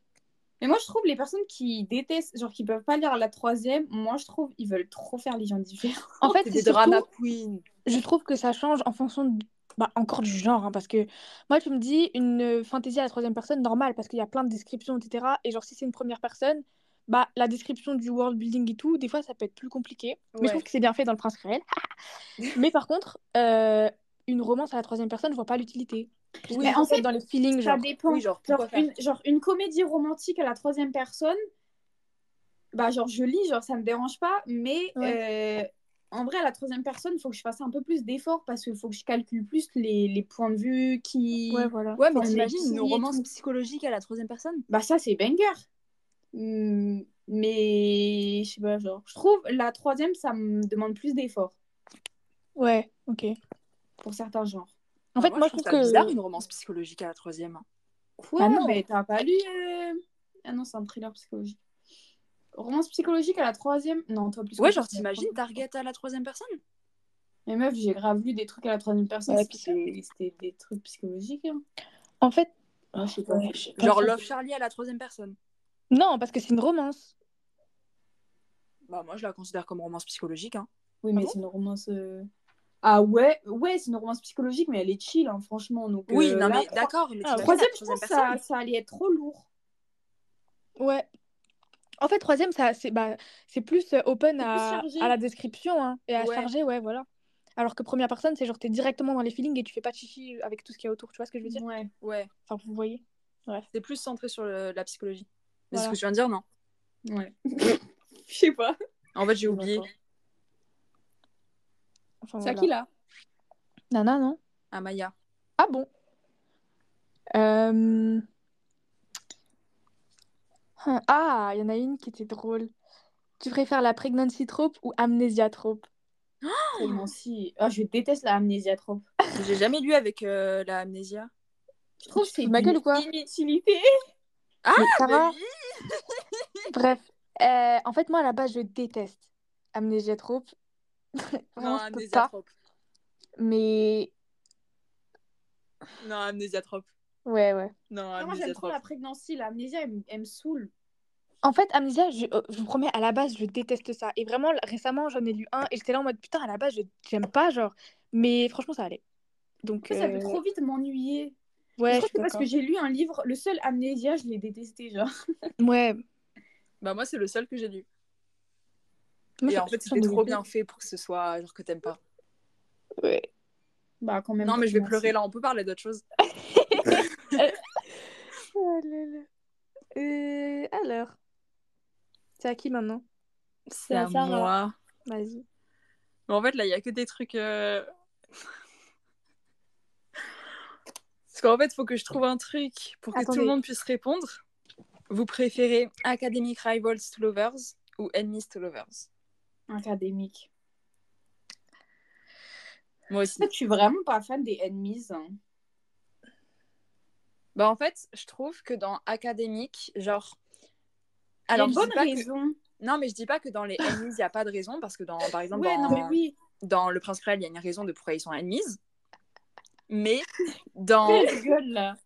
Mais moi, je trouve les personnes qui détestent, genre qui peuvent pas lire la troisième, moi, je trouve ils veulent trop faire les gens différents.
En fait,
C'est
c'est
Oh, des
surtout-
drama queen.
je trouve que ça change en fonction de- bah, encore du genre hein, parce que moi tu me dis une euh, fantaisie à la troisième personne normale parce qu'il y a plein de descriptions etc et genre si c'est une première personne bah la description du world building et tout des fois ça peut être plus compliqué mais
Ouais.
je trouve que c'est bien fait dans le prince réel mais par contre euh, une romance à la troisième personne je vois pas l'utilité
Oui,
Mais en fait,
dans les feelings
Ça
genre
dépend.
oui, genre, pourquoi
genre,
faire
une, genre une comédie romantique à la troisième personne, bah genre je lis, genre ça me dérange pas, mais euh, en vrai à la troisième personne, il faut que je fasse un peu plus d'efforts parce qu'il faut que je calcule plus les, les points de vue qui.
ouais voilà
Ouais, mais
Enfin,
t'imagines
les
une
filles et
romance
tout.
psychologique à la troisième personne
Bah ça c'est banger. Hum, mais je sais pas, genre je trouve la troisième ça me demande plus d'efforts
ouais ok
pour certains genres.
en fait
Moi,
moi, je trouve
ça
que
bizarre une romance psychologique à la troisième.
Quoi
Bah non.
Ah Mais t'as pas lu euh, Ah non, c'est un thriller psychologique. Romance psychologique à la troisième Non, toi plus. que
Ouais,
moi,
genre
c'est la
t'imagines Target à la troisième personne
Mais meuf, j'ai grave lu des trucs à la troisième personne.
Ouais,
c'était c'était des trucs psychologiques. hein.
en fait
Moi, je sais pas.
ouais, je sais pas.
Genre Love Charlie à la troisième personne
non parce que c'est une romance
Bah moi je la considère comme romance psychologique. Hein.
Oui, mais
bon
c'est une romance. euh, Ah ouais, ouais, c'est une romance psychologique, mais elle est chill, hein, franchement. Donc,
Oui,
euh,
non
là,
mais
tro-
d'accord, mais
Ah,
t'imagines
Troisième,
la
je pense
troisième
que
personne
ça, ça allait être trop lourd.
Ouais. En fait, troisième, ça, c'est bah, c'est plus euh, open
C'est plus
à,
chargé.
à la description hein, et à
Ouais.
charger, ouais, voilà. Alors que première personne, c'est genre, t'es directement dans les feelings et tu fais pas de chichi avec tout ce qu'il y a autour, tu vois ce que je veux dire?
Ouais.
Ouais,
Enfin, vous voyez.
c'est plus centré sur le- la psychologie. Mais c'est ce
Voilà.
que tu viens de dire, non
Ouais. Je sais pas.
En fait j'ai oublié.
D'accord. Enfin,
C'est à
voilà.
qui là
Nana, non?
Ah Maya.
Ah bon? Euh, hum, Ah, il y en a une qui était drôle. Tu préfères la pregnancy trope ou amnésia trope?
Tellement si. Ah, je déteste la amnésiatrope.
J'ai jamais lu avec euh, la amnésia.
Je trouve que
Tu te
c'est
fous de ma gueule
une
ou quoi
inutilité.
Mais
Ah,
Sarah,
mais oui
Bref, euh, en fait, moi à la base, je déteste Amnésia Trope.
Non,
Vraiment, je peux pas.
amnésiatrope.
Mais
Non, amnésiatrope.
ouais, ouais.
Non,
Ah, Moi, j'aime trop
amnésiatrope.
la prégnancy. L'amnésia, elle, me- elle me saoule.
En fait, Amnésia, je, euh, je vous promets, à la base, je déteste ça. Et vraiment, là, récemment, j'en ai lu un et j'étais là en mode putain, à la base, je j'aime pas, genre. Mais franchement, ça allait. Donc,
Après, Ça
euh,
peut trop vite m'ennuyer.
ouais,
je
je
crois que
suis
c'est parce
d'accord.
que j'ai lu un livre, le seul Amnésia, je l'ai détesté, genre.
Ouais.
Bah moi c'est le seul que j'ai lu.
Moi,
Et
j'ai
en
pas
fait
l'impression
c'était
de-
trop bien fait pour que ce soit genre que t'aimes pas.
Ouais.
Bah, quand même.
Non mais je vais
prégnancy.
pleurer là, on peut parler d'autre chose.
Oh là là. Euh, alors, c'est à qui maintenant?
C'est
à
à
Sarah.
moi.
Vas-y.
Mais en fait, là, il n'y a que des trucs. euh, Parce qu'en fait, il faut que je trouve un truc pour que tout
Attendez.
le monde puisse répondre. Vous préférez Academic Rivals to Lovers ou Enemies to Lovers
Académique.
Moi aussi.
En fait, je suis vraiment pas fan des ennemies. hein.
Bah, en fait, je trouve que dans Academic, genre.
Il y a
Alors,
une
je dis
bonne
pas que-
raison.
non, mais je dis pas que dans les Enemies, il n'y a pas de raison, parce que dans, par exemple,
Ouais,
dans...
non, mais oui.
dans Le Prince Réel, il y a une raison de pourquoi ils sont Enemies. Mais dans.
Quelle gueule, là.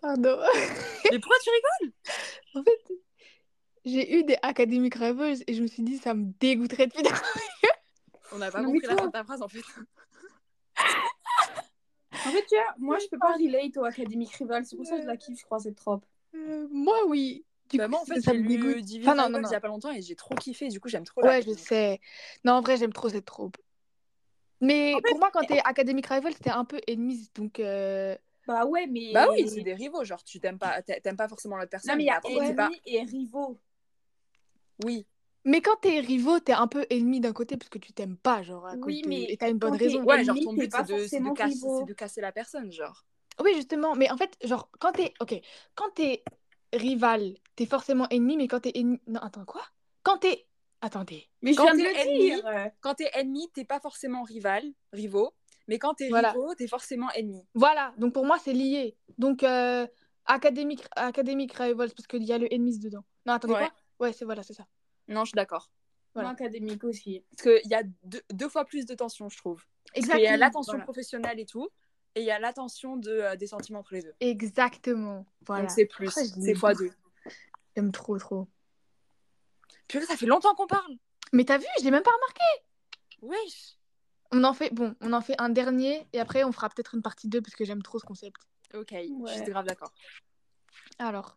Pardon.
mais pourquoi tu rigoles
En fait, j'ai eu des académiques rêveuses et je me suis dit, ça me dégoûterait de finir.
On n'a pas
Non, mais
compris la
toi-
fin de ta phrase, en fait.
En fait, tu vois, moi, je peux pas relate au Academic Rival. C'est pour ça que je la kiffe, je crois, cette robe.
Euh, moi, oui. Du
Bah,
coup,
moi, en fait,
ça
j'ai
me
lu
dégoûte.
Divine
Enfin, non,
Rivals
non,
il y a pas longtemps et j'ai trop kiffé. Du coup, j'aime trop la
Ouais, je sais. Non, en vrai, j'aime trop cette robe. Mais pour moi, quand t'es Academic Rival, c'était un peu ennemis. Donc, euh,
Bah ouais, mais.
Bah oui, c'est des rivaux. Genre, tu t'aimes pas, t'a- t'aimes pas forcément l'autre personne.
Non, mais il y a
après, c'est pas-
ennemis et rivaux.
Oui.
Mais quand t'es rivaux, t'es un peu ennemi d'un côté parce que tu t'aimes pas, genre, à
Oui,
cause de-
mais
et t'as une bonne
quand t'es-
raison.
Ouais,
Ennemi,
genre, ton
t'es
but,
pas
c'est de, c'est de
forcément
casser,
rivaux.
c'est de casser la personne, genre.
Oui, justement. Mais en fait, genre, quand t'es. Ok. Quand t'es rival, t'es forcément ennemi, mais quand t'es ennemi. Non, attends, quoi? Quand t'es. Attendez.
Mais je
Quand
viens de
t'es
le dire.
Quand t'es ennemi, t'es pas forcément rival, rivaux. Mais quand t'es
Voilà.
rivaux, t'es forcément ennemi.
Voilà. Donc pour moi, c'est lié. Donc, euh, académique, académique rivals, parce qu'il y a le ennemis dedans. Non, attendez,
Ouais.
quoi? Ouais, c'est voilà, c'est ça.
Non, je suis d'accord.
Voilà.
Moi, académique aussi.
Parce qu'il y a deux, deux fois plus de tension, je trouve. Parce qu'il y a
Exactement.
l'attention
Voilà.
professionnelle et tout, et il y a l'attention de, euh, des sentiments entre les deux.
Exactement. Voilà.
Donc c'est plus,
Après, je dis-
c'est fois deux.
J'aime trop, trop.
Purée, ça fait longtemps qu'on parle.
Mais t'as vu, je l'ai même pas remarqué.
Wesh.
On en fait, bon, on en fait un dernier et après, on fera peut-être une partie 2 parce que j'aime trop ce concept.
Ok, je
Ouais.
suis grave d'accord.
Alors,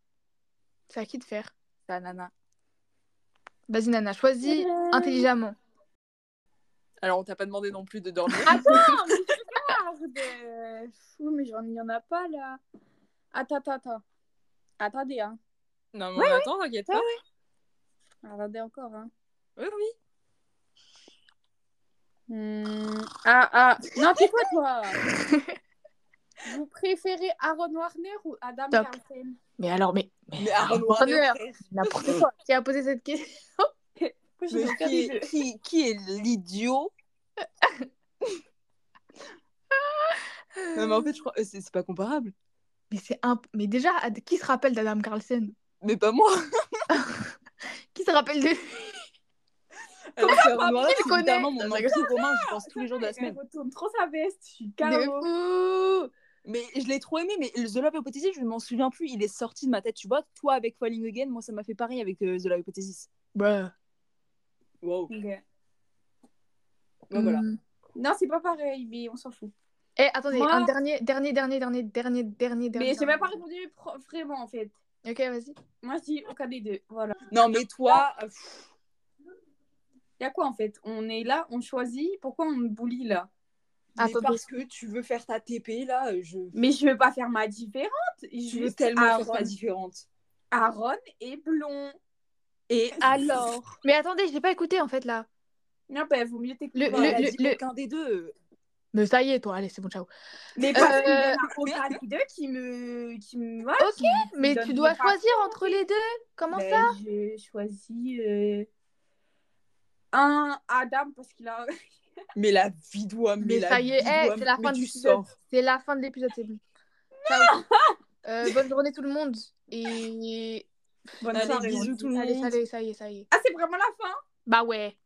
c'est à qui de faire?
Ta nana.
Vas-y, Nana, choisis
Euh,
intelligemment.
Alors, on t'a pas demandé non plus de dormir.
Attends, mais tu gardes euh, Fou, mais j'en- il n'y en a pas là. Attends, attends, attends. Attendez, hein.
non, mais on attend, t'inquiète pas.
Attendez encore, hein.
Oui, oui.
Hmm, Ah, ah. Non, t'es quoi, toi Vous préférez Aaron Warner ou Adam
Top.
Carlsen
Mais alors, mais.
Mais Aaron Warner, frère.
N'importe quoi. Qui a posé cette question
Mais
Pourquoi
qui,
j'ai
est, qui- qui est l'idiot Non, mais en fait, je crois. euh, C'est c'est pas comparable.
Mais c'est un. Mais déjà, Ad- qui se rappelle d'Adam Carlsen
Mais pas moi.
Qui se rappelle de.
Alors que Aaron Warner,
je
c'est
connais
littéralement mon entrée commun, je pense tous les jours de la
Elle
semaine.
retourne trop sa veste, je suis KO.
De fou
Mais je l'ai trop aimé, mais The Love Hypothesis, je m'en souviens plus. Il est sorti de ma tête, tu vois. Toi avec Falling Again, moi ça m'a fait pareil avec euh, The Love Hypothesis.
Bruh.
Wow.
Ok.
Ouais, Bah, voilà.
Mm.
Non, c'est pas pareil, mais on s'en fout.
Eh, attendez,
Moi-
un dernier, dernier, dernier, dernier, dernier, dernier, dernier.
Mais j'ai même pas répondu pro- vraiment, en fait.
Ok, vas-y.
Moi, je dis aucun des deux. Voilà.
Non, mais toi. euh, pff,
Y a quoi, en fait On est là, on choisit. Pourquoi on me bully, là
mais
Attendez.
parce que tu veux faire ta TP là, euh, je.
Mais je veux pas faire ma différente.
Je
Je
veux tellement faire ta différente.
Aaron est blond.
Et ah, alors
Mais attendez, je l'ai pas écouté en fait là.
Non, ben, vaut mieux t'écouter.
Le-
Bah, elle a
le-
dit aucun des deux.
Mais ça y est, toi, allez, c'est bon, ciao.
Mais parce qu'il y en a aucun des deux qui me. Qui me voilà,
Ok,
qui- qui
Mais
donne
tu dois
des rapports.
choisir entre les deux. Comment
Ben,
ça
Je choisis euh, un Adam parce qu'il a.
Mais la vie doit, mais,
Mais
la
ça y est,
vie
eh,
doit,
c'est la
mais
fin de
tu
l'épisode.
sors.
C'est la fin de l'épisode, c'est bon. Ciao. Euh, bonne journée tout le monde. Et
Bonne
Allez,
soirée,
bisous
Rosie.
tout le
allez,
monde.
ça y est, ça y est, ça y est.
Ah, c'est vraiment la fin
Bah ouais.